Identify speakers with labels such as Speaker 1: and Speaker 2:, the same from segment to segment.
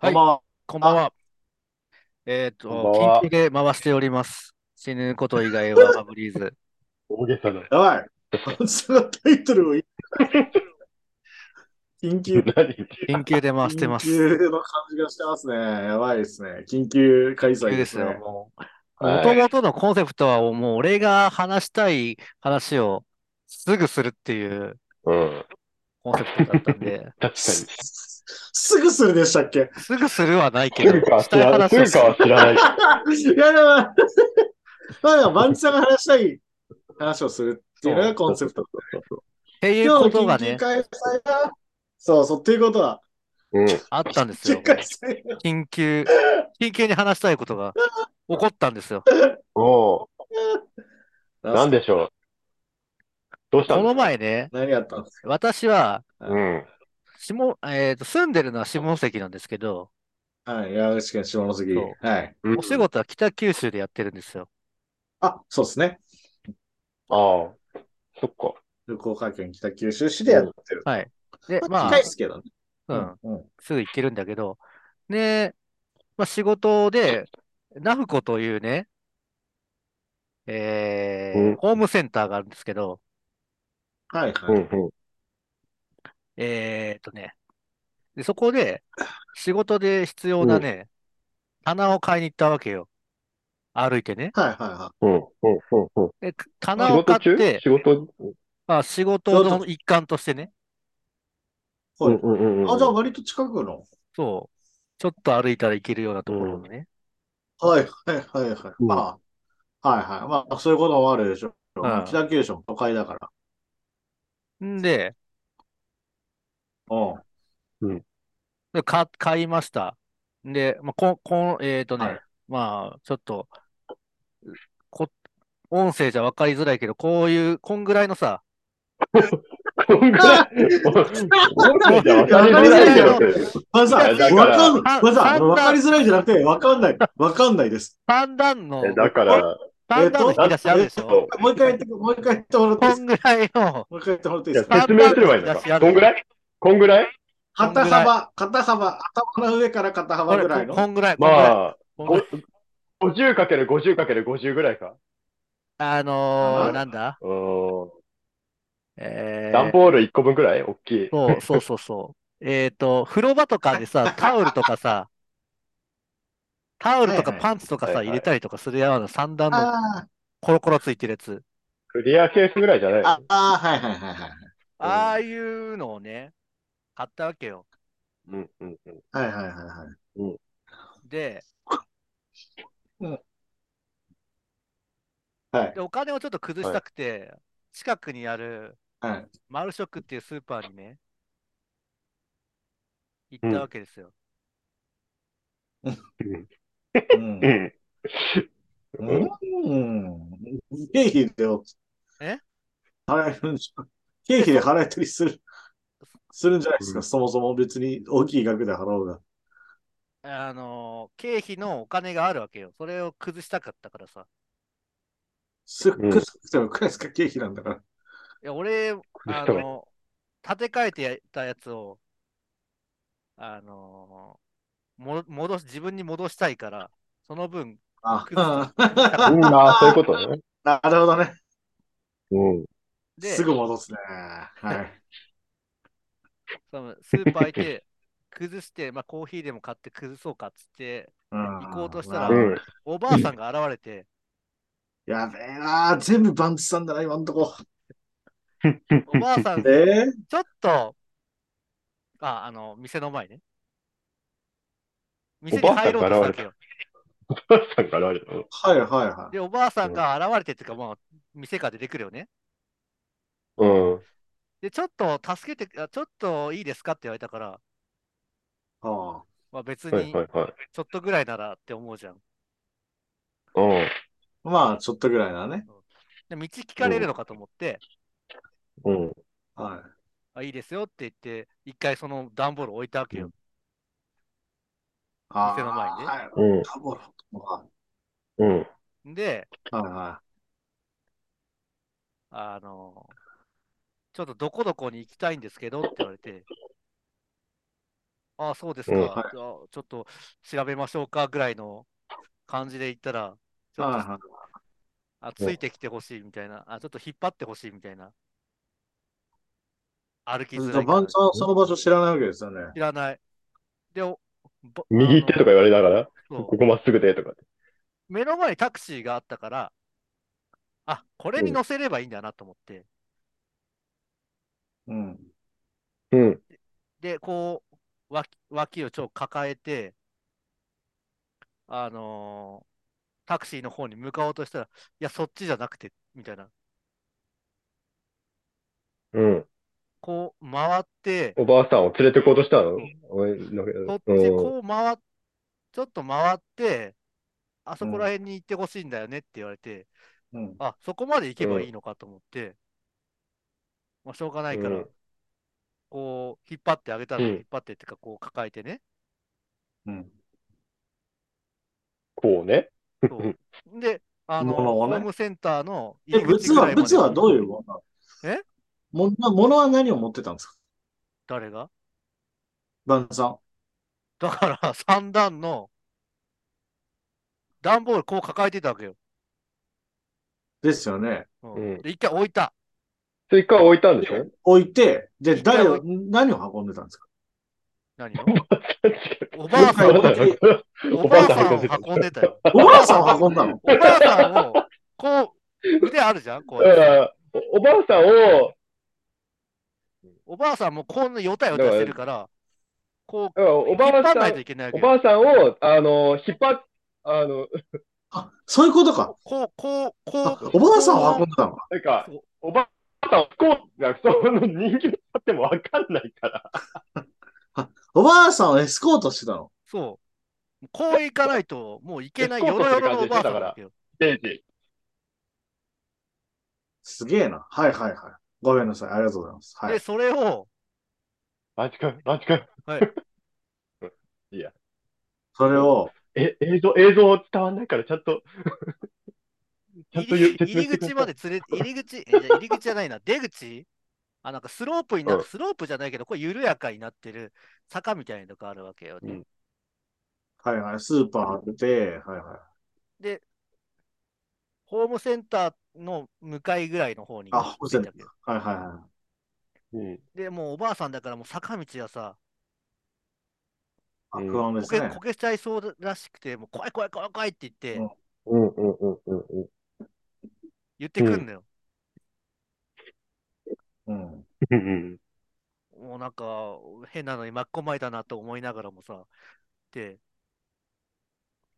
Speaker 1: こ
Speaker 2: は
Speaker 1: ん
Speaker 2: い
Speaker 1: ばんは。
Speaker 2: こんばんは。えっと、
Speaker 3: こんばんは
Speaker 2: 緊急で回しております。死ぬこと以外は ブリーズ。
Speaker 3: 大げさな。
Speaker 1: や ばい。そのタイトルを言ってない緊急、
Speaker 3: 何
Speaker 2: 緊急で回してます。
Speaker 1: 緊急の感じがしてますね。やばいですね。緊急開
Speaker 2: 緊
Speaker 1: 催
Speaker 2: 急
Speaker 1: で
Speaker 2: ですす
Speaker 1: ね。
Speaker 2: よ、もう。
Speaker 3: はい
Speaker 2: もともとのコンセプトは、もう俺が話したい話をすぐするっていう
Speaker 3: うん。
Speaker 2: コンセプトだったんで、
Speaker 3: 確かに。
Speaker 1: すすぐするでしたっけ
Speaker 2: すぐするはないけ
Speaker 3: 来
Speaker 2: ど、
Speaker 3: るかは
Speaker 2: し
Speaker 3: 知
Speaker 2: たい
Speaker 3: らない。
Speaker 2: 話
Speaker 3: 来
Speaker 2: を
Speaker 3: る
Speaker 2: す
Speaker 3: か
Speaker 2: る
Speaker 3: は知らない。
Speaker 1: いや、でも、 まあでも、バンチさんが話したい話をするっていうのがコンセプト。
Speaker 2: っていう
Speaker 1: 今日
Speaker 2: こ
Speaker 1: の
Speaker 2: とが
Speaker 1: 緊急
Speaker 2: ね、
Speaker 1: 開催が、そうそう、っていうことは、
Speaker 3: うん。
Speaker 2: あったんですよ
Speaker 1: 緊急。開催が
Speaker 2: 緊急、緊急に話したいことが起こったんですよ。
Speaker 3: おう、なんでしょう。どうした
Speaker 2: こ
Speaker 3: の
Speaker 2: の前ね、
Speaker 1: 何やったんですか
Speaker 2: 私は、
Speaker 3: うん。
Speaker 2: 下、えっと、住んでるのは下関なんですけど、
Speaker 1: はい、山口県下関。
Speaker 2: そ
Speaker 1: はい。
Speaker 3: うん
Speaker 2: お仕事は北九州でやってるんですよ。
Speaker 1: あ、そうですね。
Speaker 3: ああ、そっか。
Speaker 1: 福岡県北九州市でやってる。
Speaker 2: はい。で、
Speaker 1: ま
Speaker 2: ま
Speaker 1: あ、近いですけどね。
Speaker 2: あ、うん、
Speaker 1: うん。うん
Speaker 2: すぐ行ってるんだけど、で、まあ、仕事で、ナフコというね、えー
Speaker 3: うん
Speaker 2: ホームセンターがあるんですけど、
Speaker 1: はいは
Speaker 3: う
Speaker 1: い。
Speaker 3: んうん。
Speaker 2: えーっとね、で、そこで、仕事で必要なね、棚を買いに行ったわけよ。歩いてね。
Speaker 1: はいはいは
Speaker 3: うんうんうんうん。
Speaker 2: で、か
Speaker 3: 仕
Speaker 2: 棚を買
Speaker 3: 事
Speaker 2: っ
Speaker 3: 中
Speaker 2: て、
Speaker 3: 仕事
Speaker 2: あ、仕事の一環としてね、
Speaker 1: い。はい。
Speaker 3: んうん
Speaker 1: あ、じゃあ割と近くの。
Speaker 2: そう、ちょっと歩いたら行けるようなところのね、
Speaker 1: はいはいはいはい。
Speaker 3: うん
Speaker 1: まあ、はいはい。まあ、そういうこともあるでしょう。
Speaker 2: うん
Speaker 1: 北九州も都会だから。
Speaker 2: んで、
Speaker 1: うん。
Speaker 2: でか買いました。で、まあ、こん、こん、えっとね、
Speaker 1: はい
Speaker 2: まあ、ちょっと、こ、音声じゃ分かりづらいけど、こういう、こんぐらいのさ、
Speaker 3: こんぐらい。わかりづらいじゃんそれ
Speaker 1: まあさ、
Speaker 3: いやだから
Speaker 2: あ
Speaker 1: わかん、まあさ、
Speaker 2: 三段
Speaker 1: わかりづらいじゃなくて、わかんない。わかんないです。
Speaker 2: 三段の、
Speaker 3: えだから、
Speaker 2: 三段の引き出しあるでしょ
Speaker 1: もう一回言って、もう一回言ってもらっていい
Speaker 2: こん
Speaker 1: ですか
Speaker 2: ぐらいの、
Speaker 1: もう一回言ってもらってい
Speaker 3: い
Speaker 1: いで
Speaker 3: や
Speaker 1: すか
Speaker 3: 説明すればいいのか。こんぐらいこんぐらい
Speaker 1: 肩幅、肩幅、頭の上から肩
Speaker 2: こ
Speaker 1: 幅
Speaker 2: れ
Speaker 1: ぐらいの。
Speaker 2: こんぐらい、こんぐらい、
Speaker 3: まあ、
Speaker 2: こんぐらい。
Speaker 3: 50×50×50 ぐらいか。
Speaker 2: あのー、
Speaker 1: あの
Speaker 2: なんだ、
Speaker 3: うん。
Speaker 2: え
Speaker 3: 段
Speaker 2: ー、
Speaker 3: ボール1個分ぐらい大きい。
Speaker 2: そう、そうそうそう。えっと、風呂場とかでさ、タオルとかさ、タオルとか
Speaker 1: はいはい
Speaker 2: パンツとかさ、
Speaker 3: はい
Speaker 2: 入
Speaker 3: はい
Speaker 2: れたりとかするような三段の
Speaker 1: あ
Speaker 2: コロコロついてるやつ。
Speaker 3: クリアケースぐらいじゃない
Speaker 1: ーあ、あー、はいはいはいはい。
Speaker 3: うん
Speaker 2: ああいうのをね、買ったわけよ。
Speaker 3: うんうんうん。
Speaker 1: はいはいはいはい。
Speaker 2: で、
Speaker 1: はい
Speaker 2: でお金をちょっと崩したくて、近くにある
Speaker 1: はい。
Speaker 2: マルショックっていうスーパーにね、行ったわけですよ。
Speaker 1: うん
Speaker 3: うん。
Speaker 1: うん。経費でよ。
Speaker 2: え
Speaker 1: 払えるんじゃ、経費で払えたりする、するんじゃないですか、
Speaker 3: うん
Speaker 1: そもそも別に大きい額で払おうが。
Speaker 2: あのー経費のお金があるわけよ。それを崩したかったからさ。
Speaker 1: すっ
Speaker 3: うん
Speaker 1: くすくてもくらいしか経費なんだから。
Speaker 2: いや、俺、あのー建て替えてやったやつを、あのーも戻し、自分に戻したいから、その分、
Speaker 1: あ
Speaker 2: くっ
Speaker 3: うん、ああ、そういうことね。
Speaker 1: なるほどね。
Speaker 3: うん。
Speaker 2: です
Speaker 1: ぐ戻すね。はい。
Speaker 2: そのスーパー行って、 崩して、まあ、コーヒーでも買って崩そうかっつって、
Speaker 1: 行
Speaker 2: 行こうとしたら
Speaker 3: うん。
Speaker 2: おばあさんが現れ て、
Speaker 1: やべえな全部バンツさんだな、今んとこ。
Speaker 2: おばあさん、
Speaker 1: え
Speaker 2: ち
Speaker 1: え
Speaker 2: ょっと、あ、あの、店の前ね。店に入ろうとしたわけよ。
Speaker 3: お母さんからあれだろ
Speaker 1: はいはいはい。
Speaker 2: で、おばあさんが現れてっていうか、まあ、店から出てくるよね。
Speaker 3: うん。
Speaker 2: で、ちょっと助けて、あちょっといいですかって言われたから、
Speaker 1: あ
Speaker 2: まあ、別
Speaker 3: はい
Speaker 2: に
Speaker 3: はいはい。
Speaker 2: ちょっとぐらいならって思うじゃん。
Speaker 3: うん。
Speaker 1: あまあ、ちょっとぐらいだね。
Speaker 2: で、道聞かれるのかと思って、
Speaker 3: うん。
Speaker 1: は
Speaker 2: あ、いいですよって言って、一回その段ボール置いたわけよ。
Speaker 1: い。あー
Speaker 2: 店の前にね
Speaker 1: はい。
Speaker 3: うん。
Speaker 1: タボロは
Speaker 3: うん。
Speaker 2: で、
Speaker 1: いは
Speaker 2: あの、ちょっとどこどこに行きたいんですけどって言われて、ああ、そうですか、
Speaker 3: うん
Speaker 2: じゃあちょっと調べましょうかぐらいの感じで言ったら、ちょっと
Speaker 1: はい
Speaker 2: あついてきてほしいみたいな、あ、ちょっと引っ張ってほしいみたいな。歩き
Speaker 1: じ
Speaker 2: づ
Speaker 1: ゃ
Speaker 2: ら
Speaker 1: あ、
Speaker 2: いから
Speaker 1: バンさんはその場所知らないわけですよね。
Speaker 2: 知らない。で、おぼ
Speaker 3: 右行ってとか言われながら、
Speaker 2: あのそう
Speaker 3: ここまっすぐでとかって。
Speaker 2: 目の前にタクシーがあったから、あ、これに乗せればいいんだなと思って、
Speaker 1: うん。
Speaker 3: うん。
Speaker 2: で、こう、脇脇をちょっと抱えて、あのータクシーの方に向かおうとしたら、いや、そっちじゃなくて、みたいな。
Speaker 3: うん。
Speaker 2: こう、回って、
Speaker 3: おばあさんを連れて行こうとしたの
Speaker 2: うん
Speaker 3: おいなんか
Speaker 2: こっち
Speaker 3: うん
Speaker 2: こう回っ、ちょっと回って、あそこら辺に行ってほしいんだよねって言われて、
Speaker 1: うん。
Speaker 2: あ、そこまで行けば
Speaker 3: うん
Speaker 2: いいのかと思って、まあ、しょうがないか
Speaker 3: う
Speaker 2: ら
Speaker 3: ん、
Speaker 2: こう、引っ張ってあげたの、
Speaker 3: うん
Speaker 2: 引っ張ってっていうか、こう抱えてね。
Speaker 1: うん。
Speaker 3: こうね。
Speaker 2: そうで、あの、
Speaker 1: 物
Speaker 2: ホ
Speaker 1: をね
Speaker 2: ームセンターの
Speaker 1: え、
Speaker 2: 入り口
Speaker 1: 物
Speaker 2: ぐ
Speaker 1: は、
Speaker 2: らいまで
Speaker 1: 物はどういうものなの
Speaker 2: え
Speaker 1: もな物は何を持ってたんですか
Speaker 2: 誰が
Speaker 1: バンさん。
Speaker 2: だから、三段の、段ボールこう抱えてたわけよ。
Speaker 1: ですよね。
Speaker 2: うん
Speaker 3: うん
Speaker 2: で、一回置いた。
Speaker 3: それ一回置いたんでしょ
Speaker 1: 置いて、で、
Speaker 2: 一回
Speaker 1: 誰を
Speaker 2: 置、
Speaker 1: 何を運んでたんですか
Speaker 2: 何 を おばあさん
Speaker 1: よ
Speaker 2: を
Speaker 1: くわかんない
Speaker 2: 運んで、おばあさんを運んでたよ。
Speaker 1: おばあさんを運んだ の
Speaker 2: おばあさんを、こう、腕あるじゃんこう
Speaker 3: だか
Speaker 2: やって。
Speaker 3: らおおばあさんを、
Speaker 2: おばあさんもこんなよたよたしてるから、こ
Speaker 3: だから
Speaker 2: う、
Speaker 3: おば
Speaker 2: 引っ
Speaker 3: あ
Speaker 2: 張ん
Speaker 3: さ
Speaker 2: ない
Speaker 3: ん
Speaker 2: と、いけないわ
Speaker 3: お
Speaker 2: けよ
Speaker 3: ばあさんを、あの、引っ張っ、あの、
Speaker 1: あ、そういうことか。
Speaker 2: こう、こう、こ
Speaker 1: あ
Speaker 2: う。
Speaker 1: おばあさんを運
Speaker 2: こ
Speaker 1: んでたのか。
Speaker 3: なんか
Speaker 2: そう、
Speaker 3: おばあさんをこう、なんかその人気あってもわかんないから。
Speaker 1: おばあさんをエスコートしてたの。
Speaker 2: うそう。こう行かないと、もう行けない、
Speaker 3: エス
Speaker 2: よ
Speaker 3: コ
Speaker 2: ろ
Speaker 3: ート
Speaker 2: よ
Speaker 3: する
Speaker 2: ろのお
Speaker 3: 感じで
Speaker 2: ばあさん
Speaker 3: だから
Speaker 2: だけど。
Speaker 3: デージ。
Speaker 1: すげえな。はいはいはい。ごめんなさい。ありがとうございます。は
Speaker 2: で、
Speaker 1: い。
Speaker 2: それを、
Speaker 3: マジか、マジか。
Speaker 2: はい。
Speaker 1: それを、
Speaker 3: え、映像、映像伝わんないから、ちゃんと。ちゃん
Speaker 2: 入
Speaker 3: と言う
Speaker 2: り口入り口ま。で連れて、入り口、えじゃあ入り口じゃないな、 出口あ、なんかスロープにな
Speaker 3: う
Speaker 2: る、
Speaker 3: ん
Speaker 2: スロープじゃないけど、これ緩やかになってる坂みたいなとこあるわけよね。
Speaker 3: うん
Speaker 1: はいはい。スーパー当てて、はいはい。
Speaker 2: で、ホームセンターの向かいぐらいの方に
Speaker 1: あホームセンター
Speaker 2: 着いたわ
Speaker 1: はいはいは
Speaker 3: 説明してく
Speaker 2: けよで、もうおばあさんだから、もう坂道はさ、
Speaker 1: い。
Speaker 3: う
Speaker 1: あ、
Speaker 3: ん
Speaker 1: 不安で
Speaker 2: こ
Speaker 1: す
Speaker 2: け
Speaker 1: ね
Speaker 2: こ。けしちゃいそうらしくて、もう怖い怖い怖い怖いって言って、
Speaker 1: うん
Speaker 3: うん、うん、うん、うん、うんうん。
Speaker 2: 言ってくんのよ。
Speaker 1: うん。
Speaker 3: うん
Speaker 2: もうなんか、変なのに巻き込まれたなと思いながらもさ、で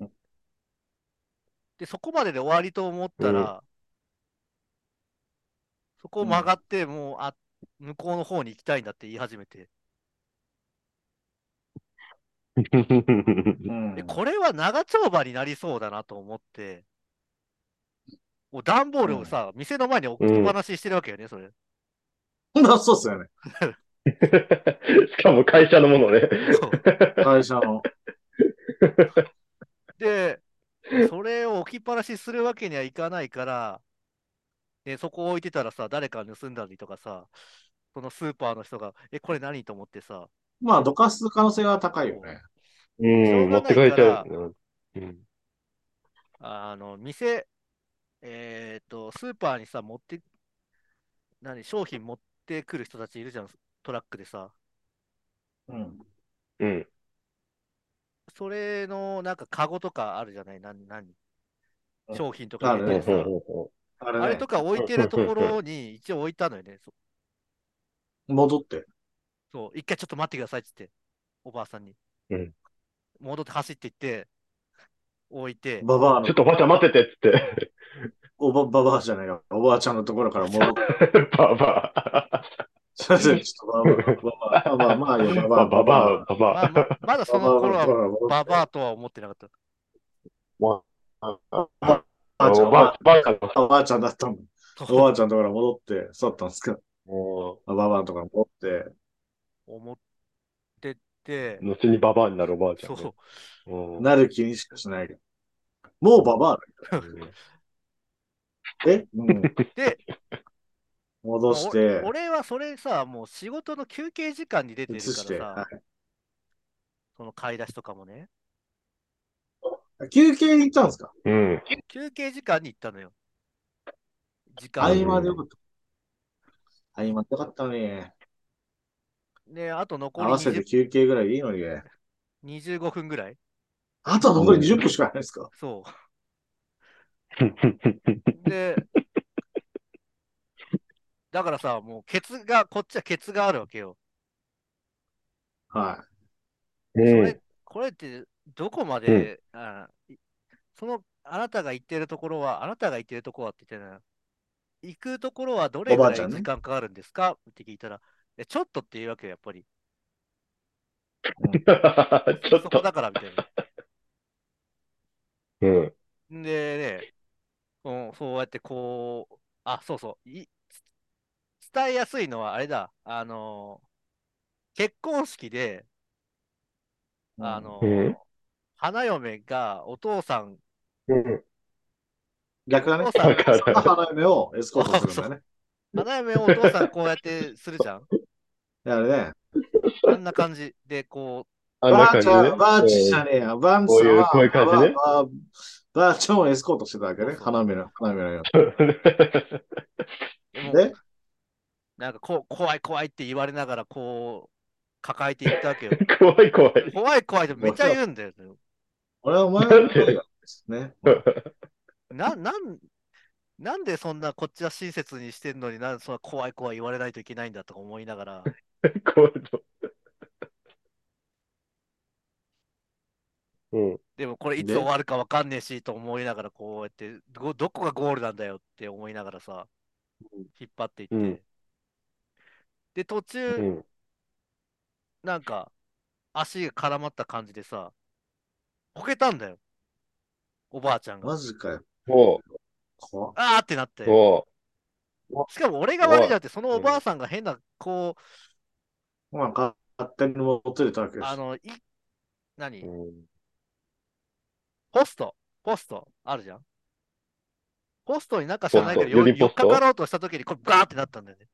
Speaker 1: うん、
Speaker 2: で、そこまでで終わりと思ったら、そこを曲がって、もう、あ、向こうの方に行きたいんだって言い始めて、
Speaker 1: う。
Speaker 3: うん
Speaker 2: で、これは長丁場になりそうだなと思って、もう段ボールをさ、店の前に置きっぱなしにしてるわけよね、それ。
Speaker 1: そんな、そうっすよね。
Speaker 3: んしかも会社のものね。
Speaker 2: そう
Speaker 1: 会社の。
Speaker 2: で、それを置きっぱなしするわけにはいかないから、ね、そこ置いてたらさ、誰か盗んだりとかさ、そのスーパーの人が、え、これ何と思ってさ、
Speaker 1: まあ、どかす可能性が高いよね。
Speaker 3: うん、持って帰っちゃう。うん
Speaker 2: あの、店、えっと、スーパーにさ、持って、何、商品持ってくる人たちいるじゃん、トラックでさ。
Speaker 1: うん。
Speaker 3: うん。
Speaker 2: それの、なんか、カゴとかあるじゃない、何、何
Speaker 1: う。ん
Speaker 2: 商品とか入
Speaker 3: う
Speaker 2: れ
Speaker 3: ん
Speaker 2: て
Speaker 3: う
Speaker 2: る
Speaker 3: んう
Speaker 2: さ。
Speaker 1: あ
Speaker 3: ん
Speaker 2: あ
Speaker 1: れ
Speaker 2: れ
Speaker 1: ね
Speaker 2: と、か置いてるところに一応置いたのよね。そ
Speaker 1: 戻って。
Speaker 2: そう、一回ちょっと待ってくださいって言って、おばあさんに。
Speaker 3: うん
Speaker 2: 戻って走っていって、置いて、
Speaker 1: ババアの
Speaker 3: ちょっ、とおばあちゃん待っててっつって。
Speaker 1: おば、ババアじゃないよ。おばあちゃんのところから 戻って。
Speaker 3: ばばあ。
Speaker 1: すいません、ちょっとババア、ババア、まあ まあいいよ、バ
Speaker 3: ばば
Speaker 1: バア、
Speaker 3: ばば
Speaker 2: まあ
Speaker 3: ば
Speaker 2: ままだその頃 は
Speaker 1: バ
Speaker 2: ババアとは思ってなかった。
Speaker 3: あ。
Speaker 1: バアちゃん
Speaker 3: おばあ、ばあちゃんが
Speaker 1: おばあちゃんだったもん。
Speaker 2: そう
Speaker 1: おばあちゃんのところから戻って、そうだったんですか。
Speaker 3: も
Speaker 1: ババアのところから戻って。
Speaker 2: 思ってって
Speaker 3: う、、後にばばあになるおばあちゃん
Speaker 2: そ
Speaker 3: ね。
Speaker 2: う、
Speaker 3: うん。
Speaker 1: なる気にしかしないけど。もうババアだ よえうん。
Speaker 2: で、
Speaker 1: 戻し
Speaker 2: まあ
Speaker 1: て
Speaker 2: お、俺はそれさ、もう仕事の休憩時間に出て
Speaker 1: 移
Speaker 2: る
Speaker 1: し
Speaker 2: か
Speaker 1: て。
Speaker 2: ら
Speaker 1: は
Speaker 2: さ、
Speaker 1: い
Speaker 2: その買い出しとかもね。
Speaker 1: 休憩行ったんですか
Speaker 3: うん。
Speaker 2: 休憩時間に行ったのよ。時
Speaker 1: 合
Speaker 2: 間。
Speaker 1: 間でよかった。合間でよかったのに。
Speaker 2: ね、あと残
Speaker 1: 合
Speaker 2: り
Speaker 1: わせて
Speaker 2: 20
Speaker 1: 休憩ぐらいでいいのに。
Speaker 2: 25分ぐらい。
Speaker 1: あとは残り20分しかないですか、
Speaker 2: そう。で、だからさ、もうケツが、こっちはケツがあるわけよ。
Speaker 1: は
Speaker 3: う
Speaker 2: そ
Speaker 3: ん
Speaker 2: れ、これってどこまで、あいその、あなたが行ってるところは、あなたが行ってるところはって言ってない。行くところはどれぐ
Speaker 1: お
Speaker 2: ら
Speaker 1: ばあ
Speaker 2: い
Speaker 1: ちゃんね
Speaker 2: 時間かかるんですかって聞いたら、えちょっとって言うわけよ、やっぱり。
Speaker 3: ちょっ。
Speaker 2: そことだからみたいな。
Speaker 3: うん。
Speaker 2: でね、うん、そうやってこう、あ、そうそう、い伝えやすいのはあれだ、あのー結婚式で、
Speaker 1: い。
Speaker 2: あ、のー
Speaker 3: うん
Speaker 2: 花嫁がお父さん、
Speaker 3: うん。
Speaker 1: 逆だ
Speaker 2: お
Speaker 1: ね
Speaker 2: 父。さん
Speaker 3: だ、から、
Speaker 1: 母の夢をエスコートするんだよね。
Speaker 2: 花嫁をお父さんこうやってするじゃん。
Speaker 1: だからね、
Speaker 2: あんな感じで、こ
Speaker 3: あん
Speaker 1: ば
Speaker 3: な
Speaker 1: あ
Speaker 3: 感
Speaker 1: ちゃん、ばあ
Speaker 3: じ
Speaker 1: ち
Speaker 3: ね
Speaker 1: じゃねえや。ばあちゃんは
Speaker 3: こういうこういう感じね
Speaker 1: ばあばあばあちゃんをエスコートしてたわけね。
Speaker 2: そう
Speaker 1: 花嫁の、花嫁のよ
Speaker 2: う、も
Speaker 1: うに。
Speaker 2: う
Speaker 1: で、
Speaker 2: なんかこう、怖い怖いって言われながら、こう、抱えていったわけよ。
Speaker 3: うん。怖い怖い。
Speaker 2: 怖い怖いってめっちゃ言うんだよね。
Speaker 1: 俺はお前のことだよね。
Speaker 2: な、なん、なんでそんなこっちは親切にしてんのになんでそんな怖い怖い言われないといけないんだとか思いながら、
Speaker 3: 怖い。うん。
Speaker 2: でもこれいつ
Speaker 1: で
Speaker 2: 終わるかわかんねえしと思いながらこうやって、ど、どこがゴールなんだよって思いながらさ、引っ張っていって。
Speaker 3: うん
Speaker 2: で、途中、
Speaker 3: うん。
Speaker 2: なんか足が絡まった感じでさ、こけたんだよ。おばあちゃんが。
Speaker 1: マジかよ。
Speaker 3: おう
Speaker 1: 怖っ
Speaker 2: あーってなって。
Speaker 3: おう
Speaker 2: しかも俺が悪いじゃなくて、そのおばあさんが変な、こ
Speaker 1: まあ、勝手に持ってたわけ
Speaker 2: う、
Speaker 1: で
Speaker 2: あ
Speaker 1: す。
Speaker 2: の、い、何
Speaker 3: うん
Speaker 2: ポスト、ポスト、あるじゃん。ポストになんか知らないけど、
Speaker 3: ポスト
Speaker 2: よ
Speaker 3: ユニポ
Speaker 2: よっ
Speaker 3: スト
Speaker 2: かかろうとしたときに、これガーってなったんだよね。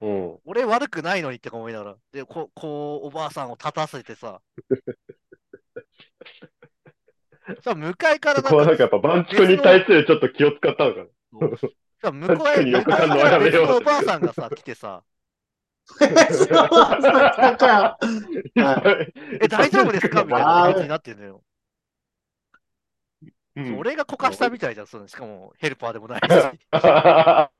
Speaker 3: うん。
Speaker 2: 俺悪くないのにってか思いながら。で、ここう、おばあさんを立たせて さ。さあ、向かいから
Speaker 3: そ
Speaker 2: な
Speaker 3: こはなん
Speaker 2: ん
Speaker 3: かや
Speaker 2: か
Speaker 3: っ、ぱ番付に対するちょっと気を使ったのかな。
Speaker 2: さあ向こうへ、
Speaker 3: 確かによ
Speaker 2: 向
Speaker 3: く
Speaker 2: か
Speaker 3: あ
Speaker 2: い
Speaker 3: んの
Speaker 2: か
Speaker 3: は
Speaker 2: ら
Speaker 3: やめ
Speaker 2: 別
Speaker 3: よう
Speaker 2: のおばあさんがさ、来てさ、
Speaker 1: そのまさかかよはい
Speaker 2: え、大丈夫ですかみ たいな感じになってるのよ。
Speaker 3: うん
Speaker 2: 俺がこかしたみたいじゃん、そのしかもヘルパーでもない し。
Speaker 1: あ、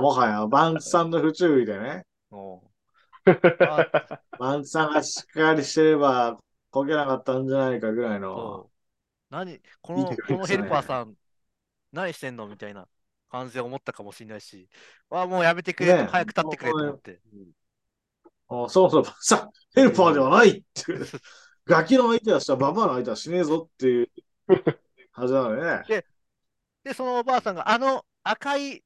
Speaker 1: もはや、晩さんの不注意でね。
Speaker 2: もうあ
Speaker 1: 晩さんがしっかりしてれば、こけなかったんじゃないかぐらいの。
Speaker 2: そう。何こ
Speaker 1: いい
Speaker 2: の、
Speaker 1: 曲
Speaker 2: この
Speaker 1: です
Speaker 2: ヘ
Speaker 1: ね
Speaker 2: ルパーさん、何してんのみたいな感じで思ったかもしれないし、あもうやめてくれ、
Speaker 1: ねえ
Speaker 2: 早く立ってくれと思って。
Speaker 1: あそもそも晩さん、ヘルパーではないっていう。ガキの相手はした、ババアの相手はしねえぞっていう。はずなのにね。
Speaker 2: で、そのおばあさんが、あの赤い、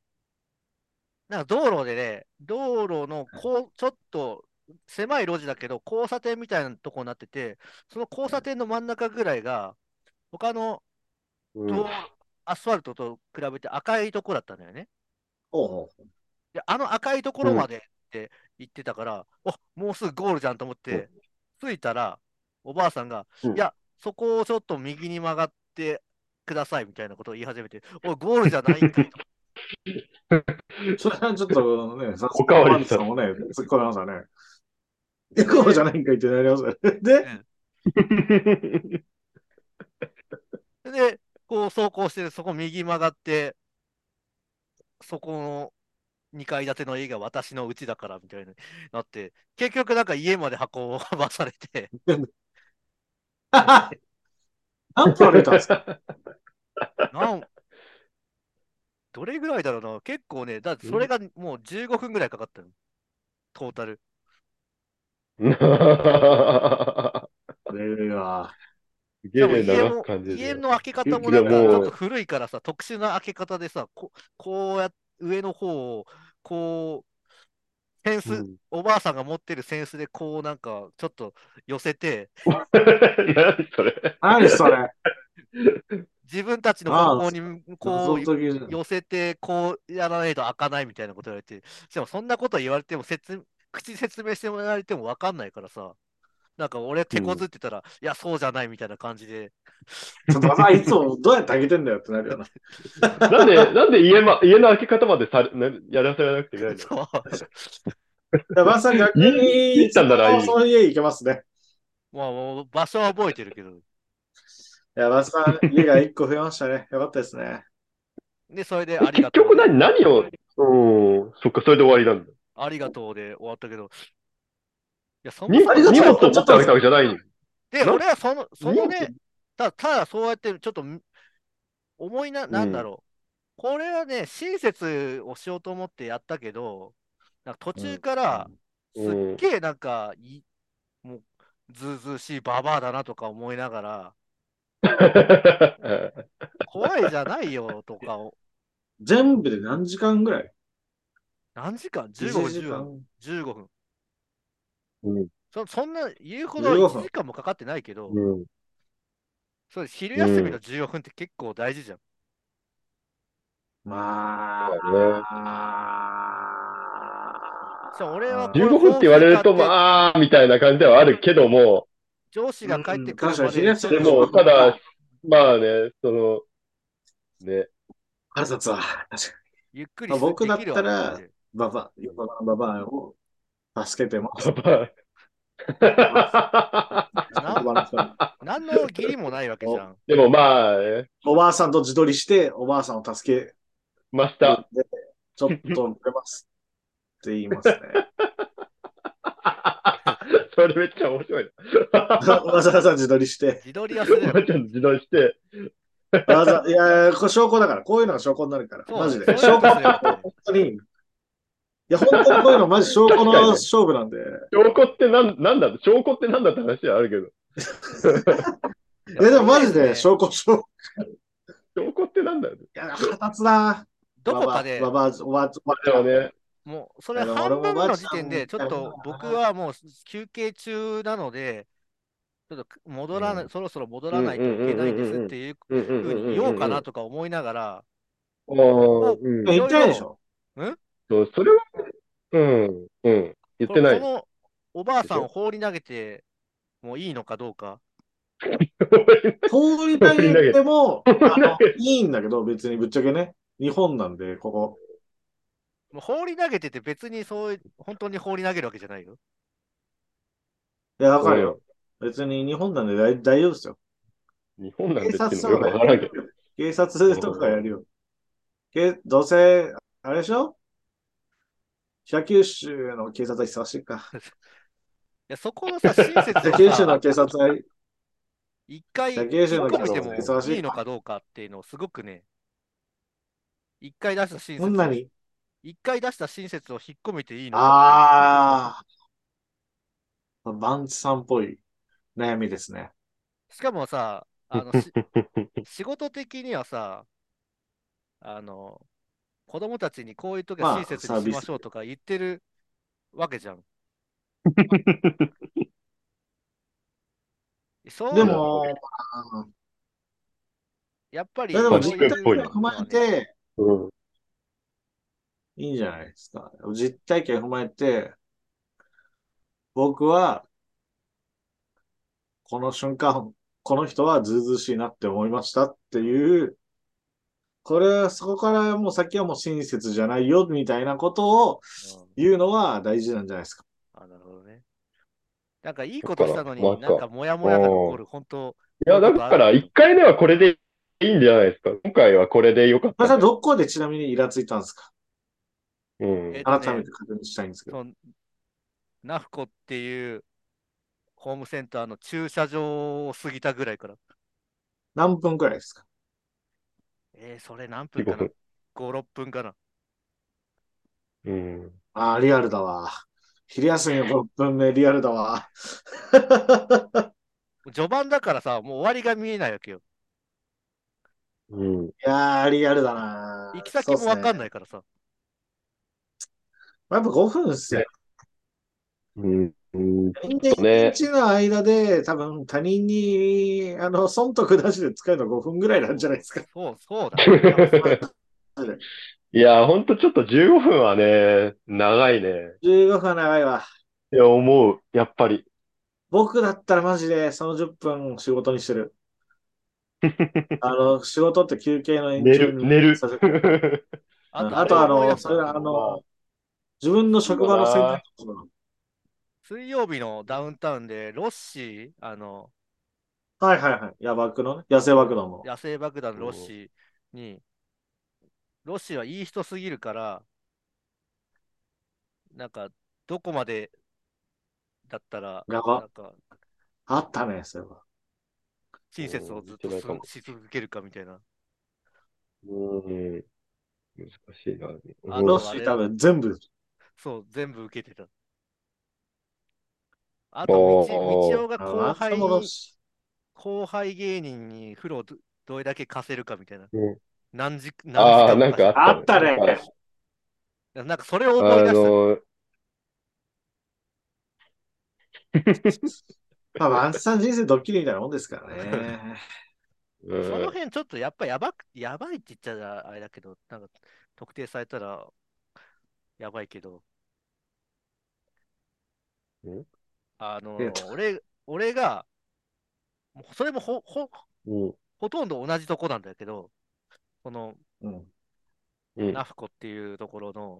Speaker 2: なんか道路でね、道路のこう、ちょっと狭い路地だけど、交差点みたいなとこになってて、その交差点の真ん中ぐらいが、他の道路アスファルトと比べて赤いとこだったんだよね。
Speaker 1: おうおう
Speaker 2: で、あの赤いところまでって言ってたから、おもうすぐゴールじゃんと思って、着いたら、おばあさんが、
Speaker 3: うん
Speaker 2: いや、そこをちょっと右に曲がってくださいみたいなことを言い始めて、おい、ゴールじゃないんかいと。
Speaker 1: それはちょっとね、さ
Speaker 3: おかわりした
Speaker 1: さんもね、突っ込みましたね。エコーじゃないんか言ってなりますよね。で、
Speaker 2: で、こう走行してる、そこ右曲がって、そこの2階建ての家が私の家だからみたいになって、結局なんか家まで箱をばされて、
Speaker 1: 何分歩いたんですか
Speaker 2: なんどれぐらいだろうな、結構ね、だってそれがもう15分ぐらいかかったの、トータル。
Speaker 1: これは、
Speaker 3: すげ
Speaker 2: でも
Speaker 3: え
Speaker 2: 家
Speaker 3: 長く
Speaker 2: も
Speaker 3: 感じるね
Speaker 2: 家の開け方もなんか
Speaker 3: い
Speaker 2: ち
Speaker 3: やもう
Speaker 2: ょっと古いからさ、特殊な開け方でさ、ここうや上の方を、こう、センス、
Speaker 3: うん
Speaker 2: おばあさんが持ってるセンスで、こうなんかちょっと寄せて、
Speaker 3: 何それ
Speaker 1: 何それ。
Speaker 2: 自分たちの方向にこう
Speaker 1: 謎解きじゃん
Speaker 2: 寄せて、こうやらないと開かないみたいなこと言われて、しかもそんなこと言われても説口で説明してもらわれても分かんないからさ、なんか俺、手こずってたら、いや、そうじゃないみたいな感じで、
Speaker 1: ちょっと、まあ、いつもどうやってあげてんだよってなるよな。
Speaker 3: なんで、なんで家ま、家の開け方までされ、なやらせられなくていけないの
Speaker 2: そう
Speaker 1: だから、さん逆
Speaker 3: いいい
Speaker 1: に、
Speaker 3: いったんならいい
Speaker 1: その家行けますね。
Speaker 2: まあ、もう場所は覚えてるけど、
Speaker 1: いや、バスさん、家が一個増えましたね。 よかったですね。
Speaker 2: で、それであり
Speaker 3: え結
Speaker 2: がとう。
Speaker 3: 局何、何を、うん、そっか、それで終わりなんだ。
Speaker 2: ありがとうで終わったけど、いや、そも
Speaker 3: 荷
Speaker 2: そ
Speaker 3: 物
Speaker 2: も
Speaker 1: ありが
Speaker 3: を
Speaker 1: とう
Speaker 3: 持ってあげたわけじゃないの。
Speaker 2: で、
Speaker 3: な
Speaker 2: 俺はその、その
Speaker 3: 荷
Speaker 2: ね
Speaker 3: 物、
Speaker 2: たただそうやってちょっとみ思いな、なんだろう。これはね、親切をしようと思ってやったけど、なんか途中から、す
Speaker 3: うん
Speaker 2: っげえなんか、いもう、ずうずうしいババアだなとか思いながら、怖いじゃないよと かを、
Speaker 1: 全部で何時間ぐらい
Speaker 2: 何時間 ?15 分、
Speaker 1: 1時
Speaker 2: 10分、
Speaker 1: 間。
Speaker 2: 15分。
Speaker 3: うん
Speaker 2: そそんな、言うほ
Speaker 1: 15
Speaker 2: ど
Speaker 1: 分
Speaker 2: 1時間もかかってないけど、
Speaker 3: うん
Speaker 2: そうです昼休みの15分って結構大事じゃん。
Speaker 1: ま
Speaker 3: そうだね
Speaker 1: あ。
Speaker 2: そう俺はこれ
Speaker 3: 15分って言われると、
Speaker 2: あ、
Speaker 3: まあ、みたいな感じではあるけども、
Speaker 2: 上司が帰ってく
Speaker 1: う
Speaker 2: るま
Speaker 1: ん確かに昼
Speaker 2: で
Speaker 1: 休
Speaker 3: で
Speaker 1: み
Speaker 3: も、ただ、まあね、その、ね、
Speaker 1: 腹立つわ。確か
Speaker 2: ゆっくり
Speaker 1: まあ僕だった
Speaker 2: で
Speaker 1: ら
Speaker 2: きるわけで
Speaker 1: に。ババア、横浜のババアを助けても、
Speaker 3: パパ。
Speaker 2: な
Speaker 1: ババアの人
Speaker 2: 何の義理もないわけじゃん。
Speaker 3: でもまあ、ね、
Speaker 1: おばあさんと自撮りして、おばあさんを助け
Speaker 3: マスタ
Speaker 1: で、ちょっと見れます。って言いますね。
Speaker 3: ー。それめっちゃ面白いな。
Speaker 1: わざわざ自撮りして、
Speaker 2: 自撮りはする
Speaker 3: お
Speaker 2: よ
Speaker 3: ば。ちゃん自動して、
Speaker 1: わざいや、これ証拠だから、こういうのが証拠になるから、
Speaker 2: そう
Speaker 1: マジで。
Speaker 2: そういう
Speaker 1: 証
Speaker 2: ことで
Speaker 1: 拠、
Speaker 2: すよ
Speaker 1: 本当に。いや、本当にこういうのマジ証拠の
Speaker 3: 確かにね
Speaker 1: 勝負なんで。
Speaker 3: 証拠ってなんなんだ証拠ってなんだって話はあるけど。
Speaker 1: え、でもマジ
Speaker 2: そう
Speaker 1: で
Speaker 2: ですね
Speaker 1: 証拠、証拠。
Speaker 3: 証拠ってなんだよ。
Speaker 1: いや、腹立つな。
Speaker 2: どこかで
Speaker 1: バ、バア、おばあ、おば
Speaker 3: でもね、
Speaker 2: もう、それ
Speaker 1: いや
Speaker 2: 半
Speaker 1: 俺
Speaker 2: 分
Speaker 1: もおば
Speaker 2: の
Speaker 1: あち
Speaker 2: 時
Speaker 1: ゃん
Speaker 2: 点で、ちょっと僕はもう休憩中なので、ちょっと戻らない、
Speaker 3: うん
Speaker 2: そろそろ戻らないといけないですっていう
Speaker 3: うんうん
Speaker 2: ふ
Speaker 3: うん
Speaker 2: う
Speaker 3: うんうん
Speaker 2: に言おうかなとか思いながら、
Speaker 3: あーうん
Speaker 1: 言ってないでしょ。
Speaker 3: そうそれは、うん、うん、言ってない
Speaker 2: こ。のおばあさんを放り投げてもいいのかどうか。
Speaker 1: 通り投げても、あの、いいんだけど、別にぶっちゃけね。日本なんで、ここ。
Speaker 2: もう放り投げてて別にそういう、本当に放り投げるわけじゃないよ。
Speaker 1: いや、わかるよ。別に日本なんで大大丈夫ですよ。
Speaker 3: 日本なんで
Speaker 1: 警
Speaker 3: っ
Speaker 1: 察
Speaker 3: ていう
Speaker 1: と
Speaker 3: のよく
Speaker 1: か
Speaker 3: わからんけ
Speaker 1: や
Speaker 3: ど。
Speaker 1: るよ。警察とかやるよ。けどうせ、あれでしょ北九州の警察は忙し いか。
Speaker 2: いや、そこのさ、親切
Speaker 1: 北
Speaker 2: を
Speaker 1: 九州
Speaker 2: さ
Speaker 1: の、警察は、
Speaker 2: 一回
Speaker 1: 北九州
Speaker 2: 込
Speaker 1: の
Speaker 2: めて
Speaker 1: 警
Speaker 2: も
Speaker 1: 察は忙し
Speaker 2: いい
Speaker 1: い
Speaker 2: の
Speaker 1: か。
Speaker 2: かどうかっていうのをすごくね、一回出した親
Speaker 1: そんな
Speaker 2: 切、
Speaker 1: に。
Speaker 2: 一回出した親切を引っ込めていいのか。
Speaker 1: ああ。バンチさんっぽい悩みですね。
Speaker 2: しかもさ、あ のし仕事的にはさ、あの、子供たちにこういう時は
Speaker 1: まあ
Speaker 2: 親切
Speaker 1: サ
Speaker 2: に
Speaker 1: ー
Speaker 2: し
Speaker 1: ビス
Speaker 2: ましょうとか言ってるわけじゃん。そう
Speaker 1: でも、
Speaker 2: やっぱり
Speaker 1: いやでも
Speaker 2: そう
Speaker 1: 実
Speaker 2: いう
Speaker 1: 態
Speaker 3: っぽいね
Speaker 1: を踏まえ
Speaker 2: のはね
Speaker 1: て、
Speaker 3: うん
Speaker 1: いいんじゃないですか。実体験踏まえて、僕は、この瞬間、この人はずうずうしいなって思いましたっていう、これはそこからもう先はもう親切じゃないよみたいなことを
Speaker 2: うん
Speaker 1: 言うのは大事なんじゃないですか。
Speaker 2: あ、なるほどね。なんかいいことしたのに、
Speaker 3: だから
Speaker 2: なんかモヤモヤが残る、本当。
Speaker 3: いや、だから、1回目はこれでいいんじゃないですか。今回はこれでよかっ
Speaker 1: まあ、
Speaker 3: たね。
Speaker 1: どこでちなみにイラついたんですか
Speaker 3: うん
Speaker 2: えっとね
Speaker 1: 改めて確認したいんですけど。
Speaker 2: そのナフコっていうホームセンターの駐車場を過ぎたぐらいから。
Speaker 1: 何分くらいですか
Speaker 2: えー、それ何分かな ?5、6分かな
Speaker 3: うん
Speaker 1: ああ、リアルだわ。昼休みの5分目リアルだわ。
Speaker 2: 序盤だからさ、もう終わりが見えないわけよ。
Speaker 3: うん
Speaker 1: いやー、リアルだなー。
Speaker 2: 行き先もわかん
Speaker 1: い。
Speaker 2: ないからさ。
Speaker 1: やっぱ5分っすよ。
Speaker 3: うんうん
Speaker 1: 人間
Speaker 3: ね
Speaker 1: 1日の間で、多分他人に、あの、損得なしで使うの5分ぐらいなんじゃないですか。
Speaker 2: そう、そうだ。
Speaker 3: いいや、ほんとちょっと15分はね、長いね。
Speaker 1: 15分は長いわ。
Speaker 3: いや、思う。やっぱり。
Speaker 1: 僕だったらマジでその10分仕事にして る。あの、仕事って休憩の延
Speaker 3: 寝
Speaker 1: 長
Speaker 3: る、
Speaker 1: に
Speaker 3: 寝る
Speaker 1: させ。て
Speaker 3: う
Speaker 1: うん あとあ
Speaker 2: 思い
Speaker 1: の、
Speaker 2: 出した
Speaker 1: それあの、自分の職場の選択肢も
Speaker 2: 水曜日のダウンタウンで、ロッシー、あの、
Speaker 1: はいはいはい。野爆のね、野生爆弾の。
Speaker 2: 野生爆弾のロッシーに、ロッシーはいい人すぎるから、なんか、どこまでだったら、
Speaker 1: やば
Speaker 2: なんか、
Speaker 1: あったね、それは。
Speaker 2: 親切をずっと
Speaker 3: うん言ってないかも
Speaker 2: すし続けるかみたいな。
Speaker 3: ん。難しいな。
Speaker 2: あ
Speaker 1: ロ
Speaker 2: の
Speaker 1: ッシー多分全部。
Speaker 2: そう、全部受けてた。あ
Speaker 3: お
Speaker 2: と
Speaker 3: ー
Speaker 2: 道、道夫が
Speaker 1: あ
Speaker 2: 後
Speaker 1: あん
Speaker 2: 輩
Speaker 1: たもロッ
Speaker 2: に、
Speaker 1: シ
Speaker 2: 後輩芸人に風呂をどどれだけ貸せるかみたいな。
Speaker 3: うん
Speaker 2: 何時何時
Speaker 3: ああ、
Speaker 2: 間も
Speaker 3: なんか
Speaker 1: あったね
Speaker 3: あ
Speaker 2: 貸すなんかそれを
Speaker 3: あ
Speaker 2: 思い出した。
Speaker 3: の、
Speaker 1: ー。まあ、ワンスさん人生ドッキリみたいなもんですからね。
Speaker 3: うん
Speaker 2: その辺ちょっとやっぱやばく、やばいって言っちゃあれだけど、なんか特定されたらやばいけど
Speaker 3: ん。
Speaker 2: あの
Speaker 1: えっ、
Speaker 2: 俺、俺が、もうそれもほ、ほ、
Speaker 3: うん
Speaker 2: ほとんど同じとこなんだけど、この、
Speaker 1: うん。
Speaker 3: うん
Speaker 2: ナフコっていうところの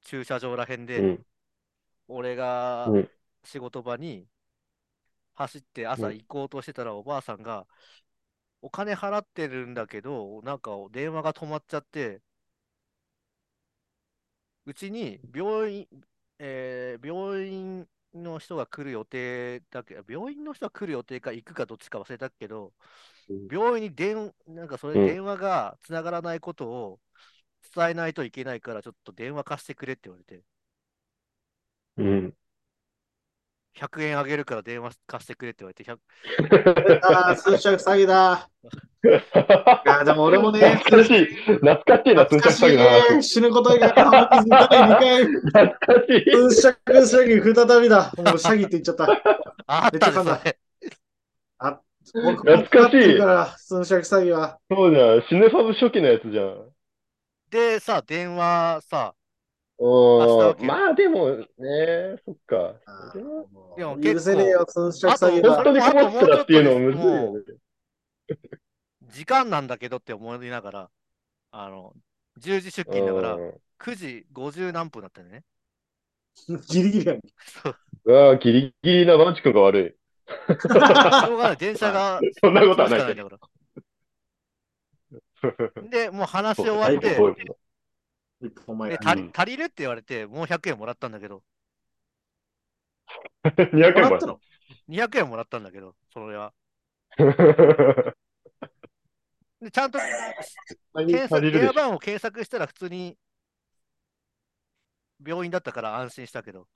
Speaker 2: 駐車場らへん
Speaker 3: う
Speaker 2: で、
Speaker 3: ん
Speaker 2: 俺が
Speaker 3: うん
Speaker 2: 仕事場に走って朝
Speaker 3: うん
Speaker 2: 行こうとしてたらおばあさんが、お金払ってるんだけど、なんか電話が止まっちゃって、うちに病院、えー病院の人が来る予定だけ病院の人が来る予定か行くかどっちか忘れたけど
Speaker 3: うん、
Speaker 2: 病院に電、なんかそれ
Speaker 3: うん
Speaker 2: 電話がつながらないことを伝えないといけないから、ちょっと電話貸してくれって言われて、
Speaker 3: うん。
Speaker 2: 100円あげるから電話貸してくれって言われて、100
Speaker 1: ああ、数着詐欺だ。いや、でも俺もね、
Speaker 3: 懐かしい。 懐かしいな、通
Speaker 1: 懐
Speaker 3: 着
Speaker 1: か
Speaker 3: 詐
Speaker 1: しい
Speaker 3: 欺の話
Speaker 1: ね。死ぬこと以外の浜水第2回、
Speaker 3: 懐かしい。
Speaker 1: 通着詐欺再びだ。もう詐欺って言っちゃった。
Speaker 2: ああった
Speaker 1: めっちゃ噛んだ
Speaker 2: ね、それ
Speaker 1: 僕
Speaker 3: 懐かしい
Speaker 1: 僕飼ってるから、通着詐欺は。
Speaker 3: そうじゃん。シネファブ初期のやつじゃん。
Speaker 2: で、さ、電話さ、明日受
Speaker 3: う
Speaker 2: け
Speaker 3: ん。
Speaker 2: る
Speaker 3: まあでもね、そっか。
Speaker 1: あ
Speaker 3: それは
Speaker 1: ー
Speaker 2: で
Speaker 1: も
Speaker 2: も
Speaker 1: う
Speaker 2: 結構
Speaker 1: 許せねえよ、通着詐欺
Speaker 3: 本
Speaker 1: だ
Speaker 3: 当。に困ってたっていうのもむずいよね。
Speaker 2: 時間なんだけどって思いながら、あの、10時出勤だから、9時50何分だったよね。
Speaker 1: ギリギリやん。
Speaker 2: そう
Speaker 3: うん。うん、ギリギリなバンチ君が悪
Speaker 2: しょうがない、電車が
Speaker 3: い。そんなことは
Speaker 2: し
Speaker 3: な
Speaker 2: かないいん
Speaker 3: けど。
Speaker 2: だから。で、もう話し終わっ
Speaker 3: だいぶ
Speaker 2: て、
Speaker 3: 遠いけど
Speaker 1: 一本前
Speaker 2: で
Speaker 1: だ。
Speaker 2: 足り
Speaker 3: うん
Speaker 2: 足りるって言われて、もう100円もらったんだけど、
Speaker 3: 200円
Speaker 1: もらっ
Speaker 3: もらったた
Speaker 1: の
Speaker 2: 200円もらったんだけど、それは。で、ちゃんと検索
Speaker 3: 足りるで
Speaker 2: 電
Speaker 3: し
Speaker 2: 話
Speaker 3: ょ
Speaker 2: 番号を検索したら普通に病院だったから安心したけど、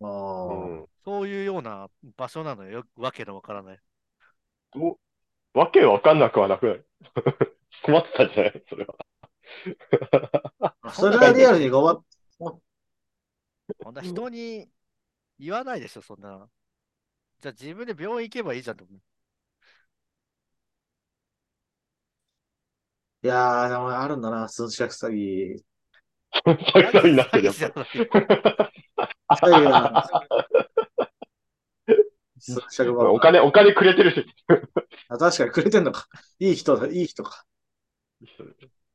Speaker 1: あ
Speaker 3: う
Speaker 1: ー
Speaker 3: ん
Speaker 2: そういうような場所なのよ、わけのわからない。
Speaker 3: どうわけわかんなくはなくない困ってたんじゃないそれは。
Speaker 1: それはリアルにごま
Speaker 2: そんな人に言わないでしょ、そんな。じゃあ自分で病院行けばいいじゃんと思う。
Speaker 1: いやー、でもあるんだな、数着詐欺。
Speaker 3: たくさんになってるやっぱり。
Speaker 2: 詐欺じ
Speaker 1: 詐欺だ。数着番
Speaker 3: お金、お金くれてるし。
Speaker 1: あ確かにくれてんのか。いい人だ、いい人か。
Speaker 2: ゃない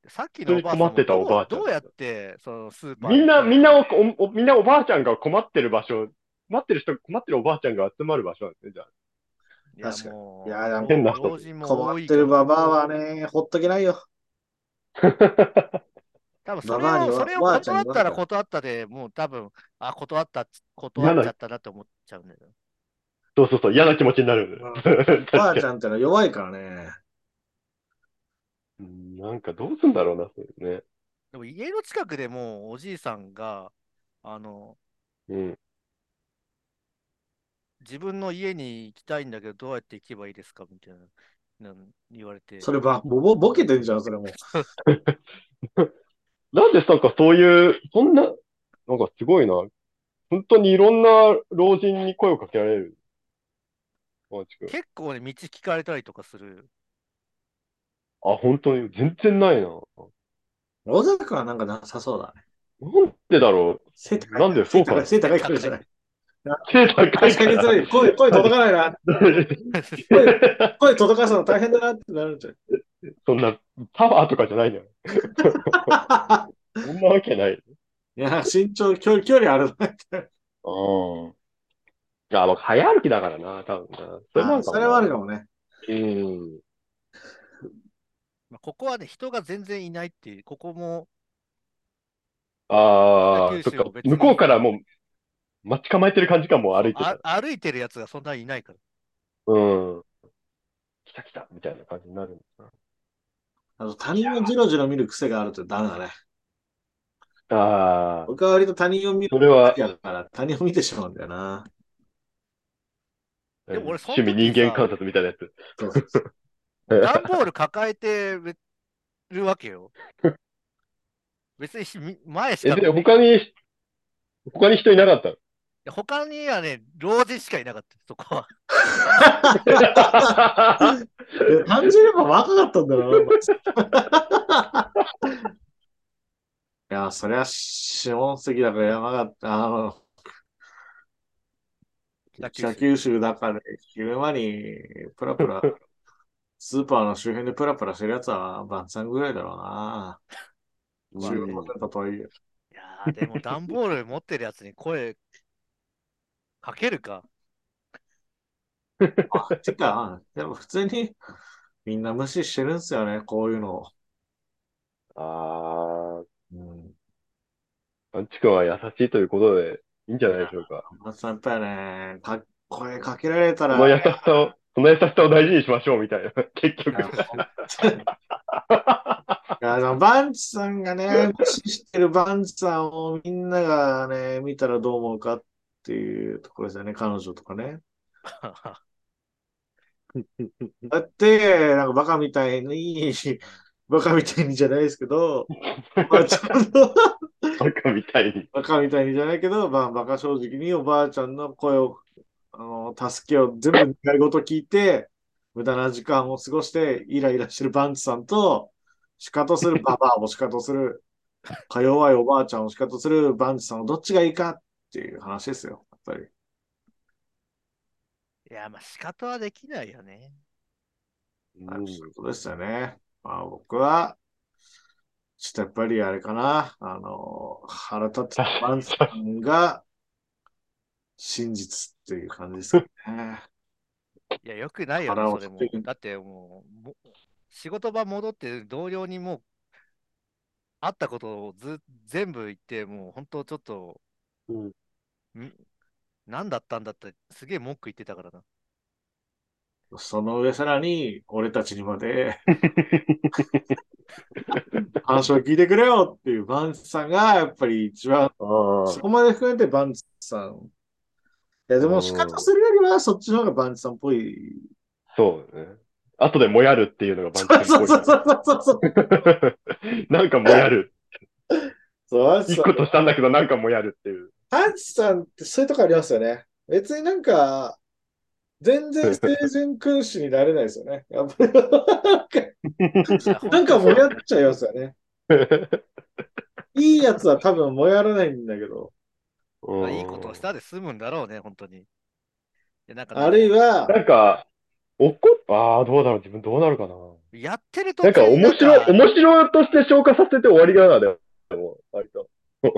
Speaker 2: さっきのおばあさんも
Speaker 3: 普通に困ってたおばあちゃん
Speaker 2: どうどうやってそのスーパー
Speaker 3: みんな、みんな
Speaker 2: を
Speaker 3: お、おおみんなおばあちゃんが困ってる場所、困ってる人、困ってるおばあちゃんが集まる場所なんですね、じゃあ。
Speaker 1: 確かに
Speaker 2: も
Speaker 1: いやでも
Speaker 3: 変な人
Speaker 2: 老人も
Speaker 1: 困
Speaker 2: 多
Speaker 1: っ
Speaker 2: い
Speaker 1: て
Speaker 2: から
Speaker 1: るババアはね、ほっとけないよ。
Speaker 2: 多分それ
Speaker 1: ババアに
Speaker 2: を、
Speaker 1: は
Speaker 2: それを
Speaker 1: おばあちゃん
Speaker 2: 断
Speaker 1: に
Speaker 2: った
Speaker 1: 言われ
Speaker 2: ら
Speaker 1: たら
Speaker 2: 断ったで、もう多分、あ、断ったっつ、断っちゃったなって思っちゃうんだよ。
Speaker 3: そうそうそう、嫌な気持ちになる
Speaker 1: うん。
Speaker 3: 確
Speaker 1: おば
Speaker 3: か
Speaker 1: あ
Speaker 3: に
Speaker 1: ち。ゃんってのは弱いから ね。
Speaker 3: うん なんかどうすんだろうな、そういうね。
Speaker 2: でも家の近くでもうおじいさんが、あの、
Speaker 3: うん。
Speaker 2: 自分の家に行きたいんだけど、どうやって行けばいいですかみたいな、なん言われて。
Speaker 1: それば、ぼ、ぼ、ボケてんじゃん、それも。
Speaker 3: なんでなんかそういう、そんな、なんかすごいな。本当にいろんな老人に声をかけられる。マーチ君。
Speaker 2: 結構ね、道聞かれたりとかする。
Speaker 3: あ、本当に、全然ないな。
Speaker 1: ロザックはなんかなさそうだね。
Speaker 3: なんでだろ
Speaker 1: 背高い。
Speaker 3: なんでそうか
Speaker 1: 背高い背高いからじゃない。
Speaker 3: う。背高いから。
Speaker 1: 確かにそう声、声届かないな。声届かすの大変だなってなるんじゃ
Speaker 3: そんな、パワーとかじゃない じゃん。
Speaker 1: ない
Speaker 3: そんなわけない。
Speaker 1: いや、身長、距離、距離あるなって。
Speaker 3: うん。あ、僕、早歩きだからな、多分な。それも
Speaker 1: あ
Speaker 3: あるかも
Speaker 1: それはあるかもね。
Speaker 3: うん。
Speaker 2: まあここはね、人が全然いないっていう、ここも、
Speaker 3: ああ、
Speaker 2: 北九
Speaker 3: そっ
Speaker 2: 州を
Speaker 3: か
Speaker 2: 別。に
Speaker 3: 向こうからもう、待ち構えてる感じかも、歩いてた
Speaker 2: あ
Speaker 3: ら。
Speaker 2: 歩いてるやつがそんなにいないから。
Speaker 3: うん。来た来た、みたいな感じになるんだ
Speaker 1: あの他人をじろじろ見る癖があるとダメだね。
Speaker 3: な。ああ、
Speaker 1: 僕は割と他人を見る
Speaker 3: それは
Speaker 1: 癖、だから、他人を見てしまうんだよな。
Speaker 2: でも俺その
Speaker 3: 趣
Speaker 2: 時
Speaker 3: 味人間観察みたいなやつ。
Speaker 1: そうそうそう
Speaker 2: 段ボール抱えてるわけよ。別にし前し
Speaker 3: え、
Speaker 2: か
Speaker 3: で、他に、他に人いなか ったの
Speaker 2: 他にはね、老人しかいなかった、そこは。
Speaker 1: え単純にやっぱ若かったんだろうな。 いや、そりゃ、下関だから山形、あの、
Speaker 2: 北九州
Speaker 1: 北九州だから、昼間に、プラプラ、スーパーの周辺でプラプラしてるやつは、晩餐ぐらいだろうな。
Speaker 3: まあ
Speaker 1: 15分だとはいえ。
Speaker 2: いやーでも段ボール持ってるやつに声かけるか。
Speaker 1: あ、てか、でも普通に、みんな無視してるんすよね、こういうのを。
Speaker 3: あ
Speaker 1: うん。
Speaker 3: あ、アンチ君は優しいということで、いいんじゃないでしょうか。
Speaker 1: まさやっぱりね、か声かけられた
Speaker 3: そ
Speaker 1: ら、
Speaker 3: の優しさを、その優しさを大事にしましょう、みたいな。 結局。
Speaker 1: あの、バンチさんがね、無視してるバンチさんをみんながね、見たらどう思うかっていうところですよね、彼女とかね。だって、なんかバカみたいに、バカみたいにじゃないですけど、まあちゃんと、
Speaker 3: バカみたいに。
Speaker 1: バカみたいにじゃないけど、まあ、バカ正直におばあちゃんの声を、あの、助けを全部願い事聞いて、無駄な時間を過ごして、イライラしてるバンチさんと、仕方するババアを仕方する、か弱いおばあちゃんを仕方するバンチさんのどっちがいいかっていう話ですよ、やっぱり。
Speaker 2: いや、まあ仕方はできないよね。
Speaker 1: はいそういうことですよね。まあ僕は、ちょっとやっぱりあれかな、あの、腹立ってたバンさんが、真実っていう感じですかね。
Speaker 2: いや、よくないよね、
Speaker 1: 腹
Speaker 2: そ
Speaker 1: を
Speaker 2: れも
Speaker 1: 切って。
Speaker 2: だってもう、も仕事場戻って同僚にもう、会ったことをず全部言って、もう本当ちょっと、
Speaker 3: うん
Speaker 2: ん何だったんだって、すげえ文句言ってた からな。
Speaker 1: その上さらに、俺たちにま で、話を聞いてくれよっていうバンさんが、やっぱり一番、
Speaker 3: ああ
Speaker 1: そこまで含めてバンさん。いや、でも仕方するよりは、そっちの方がバンさんっぽい。
Speaker 3: そうね。後でもやるっていうのが番
Speaker 1: そう
Speaker 3: 組
Speaker 1: そ
Speaker 3: っぽ
Speaker 1: う
Speaker 3: い
Speaker 1: そうそうそう そう。
Speaker 3: なんかもやる。
Speaker 1: そうバン
Speaker 3: い
Speaker 1: チ
Speaker 3: い
Speaker 1: さん
Speaker 3: ことしたんだけど、なんかもやるっていう。
Speaker 1: アンチさんってそういうとこありますよね。別になんか、全然成人君子になれないですよね。やっぱりなんかもやっちゃいますよね。いいやつは多分もやらないんだけど、
Speaker 2: ま
Speaker 3: う
Speaker 2: あ
Speaker 3: ん
Speaker 2: いいことをしたで済むんだろうね、本当に。いやなんかね
Speaker 1: あるいは、
Speaker 3: なんか、怒っ、ああ、どうだろう、自分どうなるかな。
Speaker 2: やってると
Speaker 3: なんか、面白い、面白いとして消化させて終わりだな、でも、割と。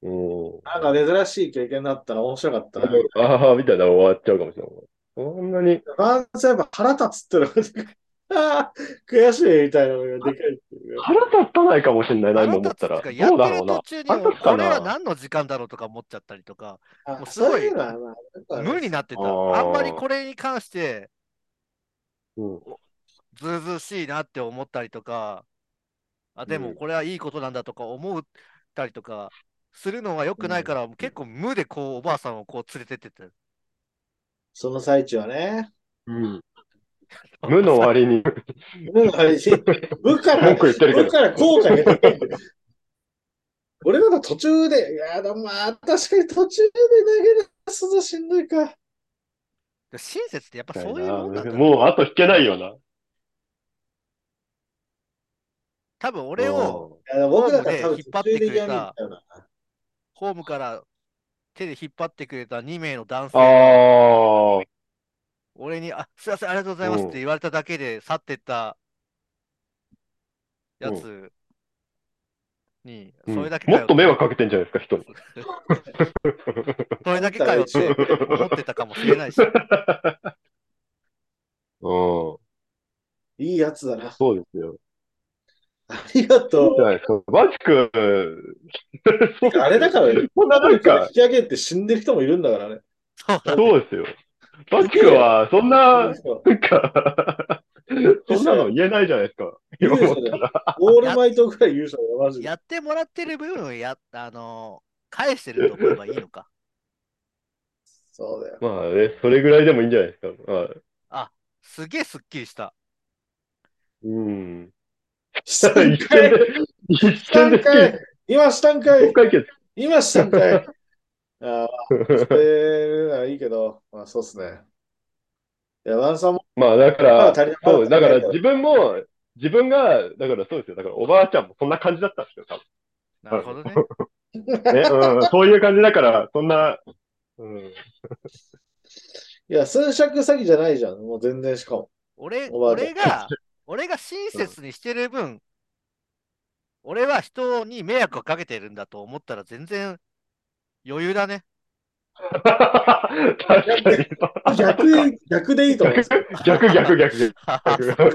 Speaker 3: うん。
Speaker 1: なんか珍しい経験だったら面白かったな。
Speaker 3: ああ、みたいな終わっちゃうかもしれない。そんなに、
Speaker 1: バンスやっぱ腹立つってのが、あー悔しいみたいなのができるっていう。
Speaker 3: 腹立たないかもしれないな、今思ったら。
Speaker 2: ど
Speaker 3: ど
Speaker 2: う
Speaker 3: う
Speaker 2: だ
Speaker 3: だ
Speaker 2: ろ
Speaker 3: ろ
Speaker 2: うな。
Speaker 3: うな。
Speaker 2: やってる途中
Speaker 3: 腹
Speaker 2: に、
Speaker 3: 立つか
Speaker 2: これは
Speaker 3: な。
Speaker 2: 何の時間だろうとか思っちゃったりとか、も
Speaker 1: あ
Speaker 2: うすごい
Speaker 1: そういうのはまあ、やっぱね
Speaker 2: 無になってた。
Speaker 3: あー
Speaker 2: あんまりこれに関して、
Speaker 3: うん
Speaker 2: ずうずうしいなって思ったりとか、あ、で
Speaker 3: う
Speaker 2: も
Speaker 3: ん
Speaker 2: これはいいことなんだとか思ったりとか、するのは良くないから、結構無でこう、おばあさんをこう連れてってて。
Speaker 1: その最中はね。
Speaker 3: うん。無の割に、
Speaker 1: 無の配信無から
Speaker 3: 文句言ってるけ
Speaker 1: 僕
Speaker 3: ど。
Speaker 1: から後悔が出てくる。俺なんか途中で、いや、でもまあ、確かに途中で投げ出すのしんどいか。
Speaker 2: で親切ってやっぱそういうもんなんだね
Speaker 3: もうあと引けないよな。
Speaker 2: 多分俺を
Speaker 1: いや僕らが多
Speaker 2: ホーム
Speaker 1: 分
Speaker 2: で
Speaker 1: 途中でやめたよな。
Speaker 2: ホームから手で引っ張ってくれた2名の男性が、
Speaker 3: ああ、
Speaker 2: 俺に、あ、すいません、ありがとうございますって言われただけで去ってったやつに、
Speaker 3: うん
Speaker 2: それだけか
Speaker 3: も
Speaker 2: よ
Speaker 3: っと迷惑かけてんじゃないですか、人に。
Speaker 2: それだけかよって思ってたかもしれ ないし、
Speaker 3: うん。
Speaker 1: いいやつだな。
Speaker 3: そうですよ。
Speaker 1: ありがと
Speaker 3: じゃないですか。バチ君、
Speaker 1: う。あれだから、
Speaker 3: そんななんか
Speaker 1: 引、き上げて死んでる人もいるんだからね。
Speaker 2: そうだ
Speaker 3: そうですよ。バチ君は、そんな、なん か、そんなの言えないじゃないですか。
Speaker 1: 優
Speaker 3: 今思っ
Speaker 1: 勝
Speaker 3: た
Speaker 1: だ
Speaker 3: ら。
Speaker 1: よ。オールマイトぐらい優勝だよ、マジで。
Speaker 2: やってもらってる部分をや、あの返してると思えばいいのか。
Speaker 1: そうだよ。
Speaker 3: まあね、それぐらいでもいいんじゃないですか。はい。
Speaker 2: すげえすっきりした。
Speaker 3: うん。
Speaker 1: 下ん
Speaker 3: 一
Speaker 1: か
Speaker 3: 瞬
Speaker 1: い
Speaker 3: で、一
Speaker 1: 下
Speaker 3: 瞬で
Speaker 1: ん
Speaker 3: 好き
Speaker 1: かい今下んかい
Speaker 3: 解決。
Speaker 1: 今下んかいああ、それならいいけど、まあそうっすね。いや、ワンさんも、
Speaker 3: まあだか
Speaker 1: まだ
Speaker 3: ら、
Speaker 1: 足りない
Speaker 3: そう、だから
Speaker 1: まだ足
Speaker 3: 自分も、自分が、だからそうですよ。だからおばあちゃんもそんな感じだったんですよ、多
Speaker 2: なるほどね。
Speaker 3: 分。ね、うん、そういう感じだから、そんな、うん。
Speaker 1: いや、寸尺詐欺じゃないじゃん。もう全然しかも。
Speaker 2: 俺、
Speaker 1: おばあちゃん
Speaker 2: 俺が、俺が親切にしてる分、俺は人に迷惑をかけてるんだと思ったら全然余裕だね。
Speaker 3: 確かに。
Speaker 1: 逆で、逆でいいと思うんですよ。
Speaker 3: 逆、逆、逆、逆。
Speaker 1: あ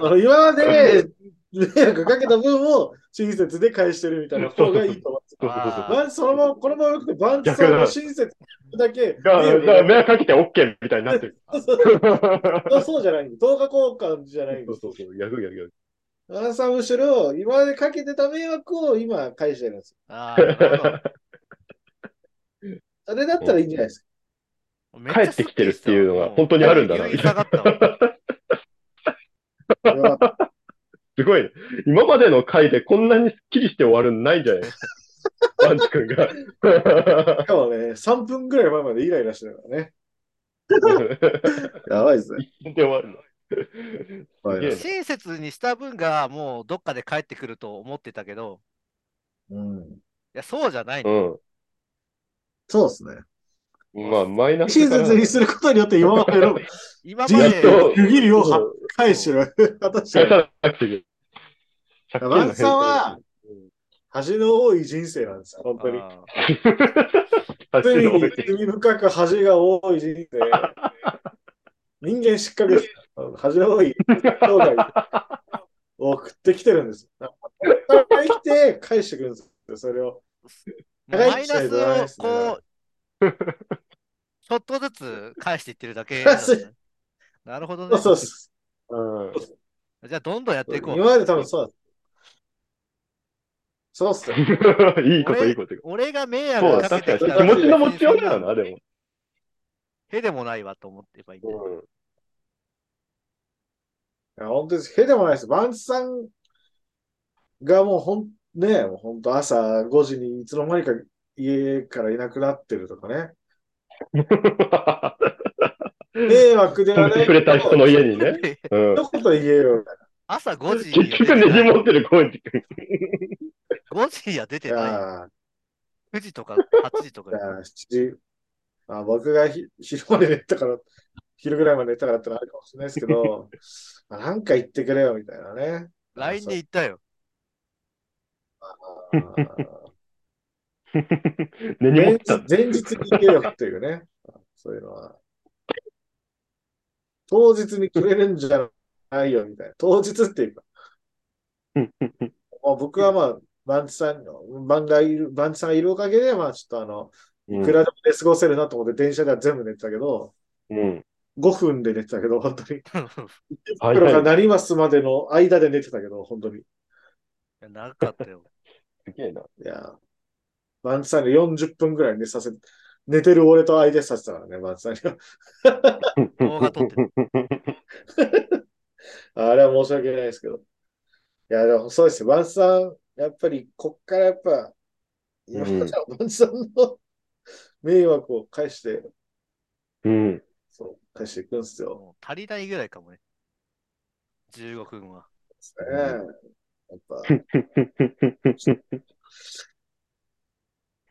Speaker 1: の今ま で迷惑かけた分を親切で返してるみたいな方がいいと思うんです
Speaker 3: そうそうそ
Speaker 1: よ。
Speaker 3: う
Speaker 1: バンそのまま、このままよくて、バンチさんの親切だけ。
Speaker 3: が、
Speaker 1: 迷
Speaker 3: が
Speaker 1: 惑
Speaker 3: 迷惑かけて OK みたいになってる。
Speaker 1: そうそうじゃない。動画交換じゃないんで
Speaker 3: そう
Speaker 1: す
Speaker 3: そ。うそう、逆、逆、逆。
Speaker 1: ワンさんむしろ、今までかけてた迷惑を今返してるんですよ。
Speaker 2: あ ーなるほど
Speaker 1: それだったらいいんじゃないですか。
Speaker 2: めちゃすきりした
Speaker 3: 帰ってきてるっていうのが本当にあるんだな
Speaker 2: もう余裕下がったわ
Speaker 1: よかった
Speaker 3: すごいね。今までの回でこんなにスッキリして終わるのないんじゃないですか。パンチ君が。
Speaker 1: しかもね、3分ぐらい前までイライラしてたからね。やばいですね。
Speaker 3: で終わるの。
Speaker 1: やばいな
Speaker 3: すげ
Speaker 2: 親切にした分がもうどっかで帰ってくると思ってたけど、
Speaker 1: うん。
Speaker 2: いや、そうじゃない、
Speaker 1: そうですね。
Speaker 3: うん。まあ、マイナス
Speaker 1: 親
Speaker 3: から。
Speaker 1: 切にすることによって今まで の
Speaker 2: 今
Speaker 1: 人
Speaker 2: まで、
Speaker 1: 生の区切りをは返してる。私
Speaker 3: 返
Speaker 1: は
Speaker 3: さなくていい。借金の
Speaker 1: ワン
Speaker 3: 返済
Speaker 1: さんは、恥の多い人生なんですよ、本当に。
Speaker 2: あ
Speaker 3: 貸し
Speaker 1: 罪
Speaker 3: の多い
Speaker 1: に深く恥が多い人生。人間失格です。恥の多い生涯を送ってきてるんです。生きて返してくるんですよ、それを。
Speaker 2: ーもうマイ
Speaker 1: 返してるじゃない
Speaker 2: ナ
Speaker 1: で
Speaker 2: ス
Speaker 1: す
Speaker 2: を
Speaker 1: ね
Speaker 2: こう、ちょっとずつ返していってるだけなんだね。なるほど
Speaker 1: そ
Speaker 2: ね
Speaker 1: う。そうそう。
Speaker 3: うん
Speaker 2: じゃあ、どんどんやっていこう。
Speaker 1: 今まで多分そうだった。そうっすよ。
Speaker 3: いいこと、いいこと。
Speaker 2: 俺が迷
Speaker 3: そう、
Speaker 2: 惑か
Speaker 3: 確
Speaker 2: けてき
Speaker 3: か
Speaker 2: た
Speaker 3: に。
Speaker 2: ら
Speaker 3: 気持ちの持ちようだよな、で
Speaker 2: へでもないわと思ってればいいんだよ。
Speaker 3: も。
Speaker 1: いや本当です。へでもないです。バンチさんがもうほん、ねえ、もう本当朝5時にいつの間にか家からいなくなってるとかね。迷惑では
Speaker 3: 飛ん
Speaker 1: な
Speaker 3: で
Speaker 1: い
Speaker 3: くれた人の家にね。うん
Speaker 1: 一言言えよみたい
Speaker 2: 朝5時に
Speaker 3: 結
Speaker 2: は
Speaker 3: 局ねじ持ってる、コウジ君。
Speaker 2: 5時には出て
Speaker 1: な。い
Speaker 2: な
Speaker 1: や
Speaker 2: い。9時とか8時とか
Speaker 1: ーい。やー7時あ、僕がひ昼まで寝たから、昼ぐらいまで寝たからってのはあるかもしれないですけ ど、あなんか言ってくれよみたいな ね。
Speaker 2: LINE で言ったよ。
Speaker 1: あー
Speaker 3: 根に持
Speaker 1: 前
Speaker 3: ってた
Speaker 1: 日前日に行けよっていうね。そういうのは。当日に決めるんじゃないよみたいな。当日っていうか。まあ、僕はまあ、バンチさんの、バンがいる、バンチさんがいるおかげで、まあちょっとあの、いくらでも寝過ごせるなと思って電車では全部寝てたけど、
Speaker 3: うん。
Speaker 1: 5分で寝てたけど、本当に。
Speaker 3: はい
Speaker 1: 黒が
Speaker 3: は
Speaker 1: なりますまでの間で寝てたけど、本当に。い
Speaker 2: いや長かったよ。
Speaker 3: い。すげえな。
Speaker 1: や、バンチさんに40分ぐらい寝させ、寝てる俺と相手させたからね、バンチさんには。
Speaker 2: 動画撮ってる。
Speaker 1: あれは申し訳ないですけど。いや、でもそうですよ。バンスさん、やっぱり、こっからやっぱ、
Speaker 3: ん
Speaker 1: 今まではバンスさんの 迷惑を返して、
Speaker 3: うん。
Speaker 1: そう、返していくんですよ。
Speaker 2: もう足りないぐらいかもね。15分は。
Speaker 1: ねやっぱ、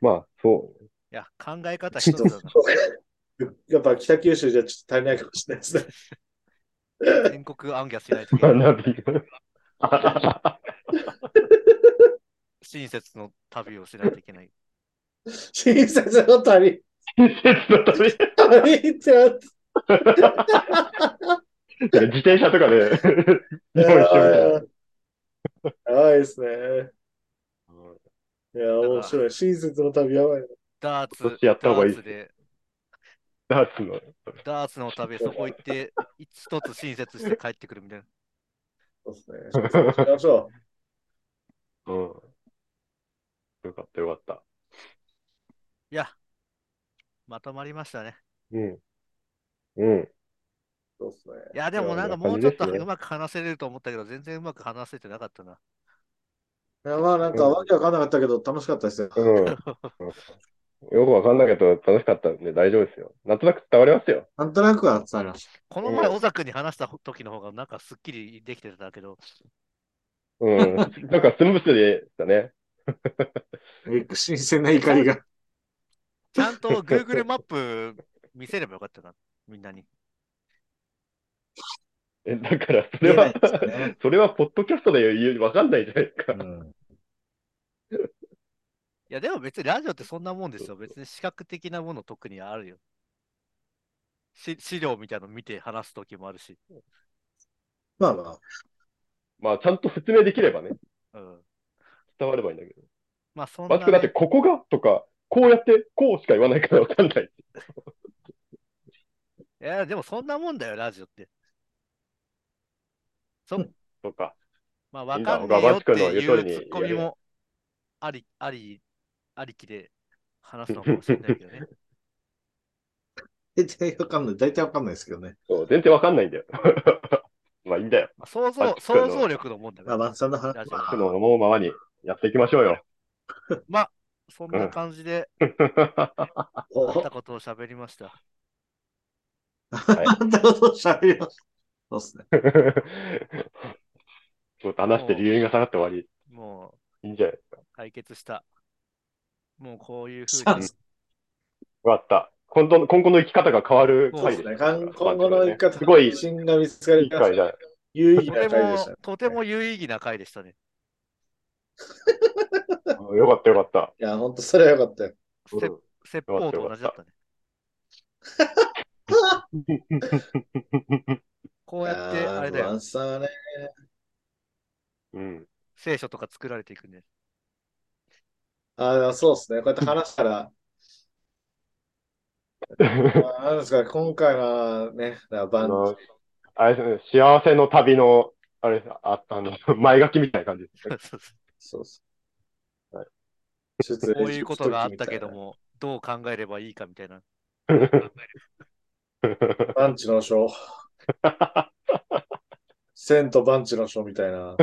Speaker 3: まあ、そう。
Speaker 2: いや、考え方一つだ
Speaker 1: やっぱ北九州じゃちょっと足りないかもしれないですね。
Speaker 2: な。全国暗記はしないといけない。
Speaker 3: 学び が。
Speaker 2: 親切の旅をしないといけない。
Speaker 1: 親切の旅、旅ってなって
Speaker 3: 自転車とかで、日本一周みたいな。
Speaker 1: やばいですね。いや、面白い。親切の旅やばいな。
Speaker 2: ダーツ、
Speaker 3: 今年やった方がいい
Speaker 2: ダーツで、
Speaker 3: ダーツの。
Speaker 2: ダーツの旅、そこ行って、一つ親切して帰ってくるみたいな。
Speaker 1: そう ですね。行きましょ
Speaker 3: うん。よかった、よかった。
Speaker 2: いや、まとまりましたね。
Speaker 3: うん。うん。
Speaker 1: う。そうですね。
Speaker 2: いや、でもなんか
Speaker 3: いや
Speaker 2: もうちょっと
Speaker 3: こんな感じですね
Speaker 2: うまく話せれると思ったけど、全然うまく話せてなかったな。
Speaker 1: いや、まあなんかわけわかんなかったけど、楽しかったですよ。
Speaker 3: うん。よくわかんないけど、楽しかったんで大丈夫ですよ。なんとなく伝わりますよ。
Speaker 1: なんとなくは伝わりまし
Speaker 2: この前、
Speaker 3: うん
Speaker 2: 小坂に話した時の方がなんかすっきりできてたけど、
Speaker 3: うん。なんかスムーズでしたね。
Speaker 1: た。新鮮な怒りが。
Speaker 2: ちゃんと Google マップ見せればよかったな、みんなに。
Speaker 3: え、だから、それ
Speaker 1: 見え
Speaker 3: は
Speaker 1: ないですね、
Speaker 3: それは、ポッドキャストで言う、わかんないじゃないですか。
Speaker 2: いや、でも別にラジオってそんなもんですよ。別に視覚的なもの特にあるよ。し資料みたいなの見て話す時もあるし。
Speaker 1: まあまあ、
Speaker 3: まあ、ちゃんと説明できればね、
Speaker 2: うん。
Speaker 3: 伝わればいいんだけど。
Speaker 2: まあそん
Speaker 3: マ
Speaker 2: な
Speaker 3: スクだって、
Speaker 2: ね
Speaker 3: ここがとか、こうやって、こうしか言わないからわかんない。
Speaker 2: いや、でもそんなもんだよ、ラジオって。そ、
Speaker 3: とか。
Speaker 2: まあわ
Speaker 3: いいん
Speaker 2: か
Speaker 3: だ
Speaker 2: んねえよって
Speaker 3: ガバチ君
Speaker 2: い
Speaker 3: の言う通
Speaker 2: う
Speaker 3: りに
Speaker 2: ツ
Speaker 3: やれ
Speaker 2: ッコミもあり、あり、ありきで話すのかもしれないけど ね。
Speaker 1: 大体わかんない。大体わかんないですけどね。
Speaker 3: そう、全然わかんないんだよ。 まあ、いいんだよ。
Speaker 2: まあ想
Speaker 3: ガ
Speaker 2: 像、
Speaker 3: バチ君の
Speaker 2: 想像力のもんだか
Speaker 1: まあ、
Speaker 2: ら。
Speaker 1: マンさんの話
Speaker 2: ラジオ
Speaker 3: マスクの思うままにやっていきましょうよ。
Speaker 2: まあ、そんな感じで、あった
Speaker 1: を、
Speaker 2: ことを喋りました。
Speaker 1: あんたことを喋 りました。そうですね。
Speaker 3: ちょっと話して理由が下がって終わり。
Speaker 2: もう、
Speaker 3: いいんじゃない
Speaker 2: 解決した。もうこういうふう
Speaker 1: そう
Speaker 2: に
Speaker 1: で、
Speaker 3: すわかった。今度の今後の生き方が変わる
Speaker 1: そう
Speaker 3: 回
Speaker 1: で
Speaker 3: ですす
Speaker 1: ね。今後の生き方、
Speaker 3: すごい、い
Speaker 1: 自信が見つかり
Speaker 3: い回だ。
Speaker 1: 有意
Speaker 2: と
Speaker 1: 義
Speaker 2: て
Speaker 1: な回でし
Speaker 2: も
Speaker 1: たね。、
Speaker 2: とても有意義な回でしたね。
Speaker 3: うんよかった、よかった。
Speaker 1: いや、本当それはよかったよ。
Speaker 2: せ説法と同じだったね。こうやって、あれだ
Speaker 1: マ
Speaker 2: よ、
Speaker 1: ンさんはね、
Speaker 3: うん。
Speaker 2: 聖書とか作られていくね。
Speaker 1: ああ、そうですね。こうやって話したら、まあ、なんですか、今回はね、だから
Speaker 3: あ
Speaker 1: バン
Speaker 3: の、あれですね、幸せの旅の、あれですあ、あの、 前書きみたいな感じ ですね。
Speaker 1: そうそ
Speaker 3: は
Speaker 1: う。
Speaker 2: こういうことがあったけど。も、どう考えればいいかみたいな。
Speaker 1: バンチの書。千とバンチの書みたい な。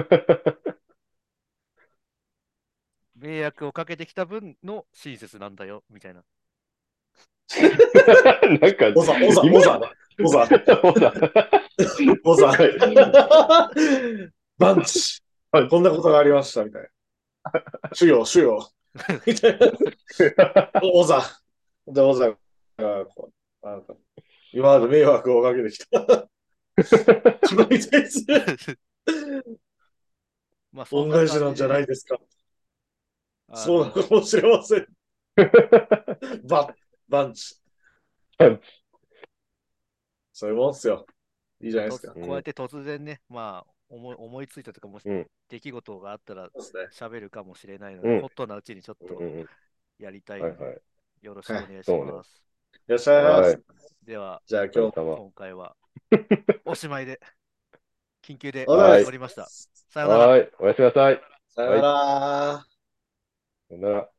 Speaker 2: 迷惑をかけてきた分の親切なんだよ、みたいな。
Speaker 3: なんか、
Speaker 1: オザ、オザ、オザ、オザ、
Speaker 3: オザ。
Speaker 1: オ ザ
Speaker 3: は。
Speaker 1: バンチ
Speaker 3: はい。
Speaker 1: こんなことがありました、みたいな。主よ、主 よ。みたいな。オザ。で、オザが、こう、なんか、今まで迷惑をかけてきた。 この一節
Speaker 2: まあ、そ
Speaker 1: 恩返しなんじゃないいですか。そ
Speaker 2: そ
Speaker 1: うなのかもしれません。バン、バンチ。
Speaker 3: バンチ。
Speaker 1: そういうもんっすよ。いいじゃないですか。
Speaker 2: こうやって突然ね、まあ、思い思いついたとかもし、
Speaker 3: うん
Speaker 2: 出来事があったら
Speaker 1: そうですね。
Speaker 2: 喋るかもしれないので、
Speaker 3: うん
Speaker 2: ホットなうちにちょっ
Speaker 3: うん
Speaker 2: と
Speaker 3: うん
Speaker 2: やりたい
Speaker 3: は
Speaker 2: の
Speaker 3: い
Speaker 2: で、
Speaker 3: はい。
Speaker 2: よろしくお願いします。
Speaker 3: そう
Speaker 1: い
Speaker 3: ね
Speaker 1: らっしゃいま
Speaker 3: は
Speaker 1: せ
Speaker 3: い。
Speaker 2: では、
Speaker 1: じゃあ今日も
Speaker 3: お疲れ様。
Speaker 2: 今回はおしまいで、緊急で
Speaker 1: お
Speaker 3: 疲れ様
Speaker 2: 終
Speaker 3: です
Speaker 2: わりました。さようなら。
Speaker 3: はい。おやすみなさい。
Speaker 1: さよなら。
Speaker 3: さよなら。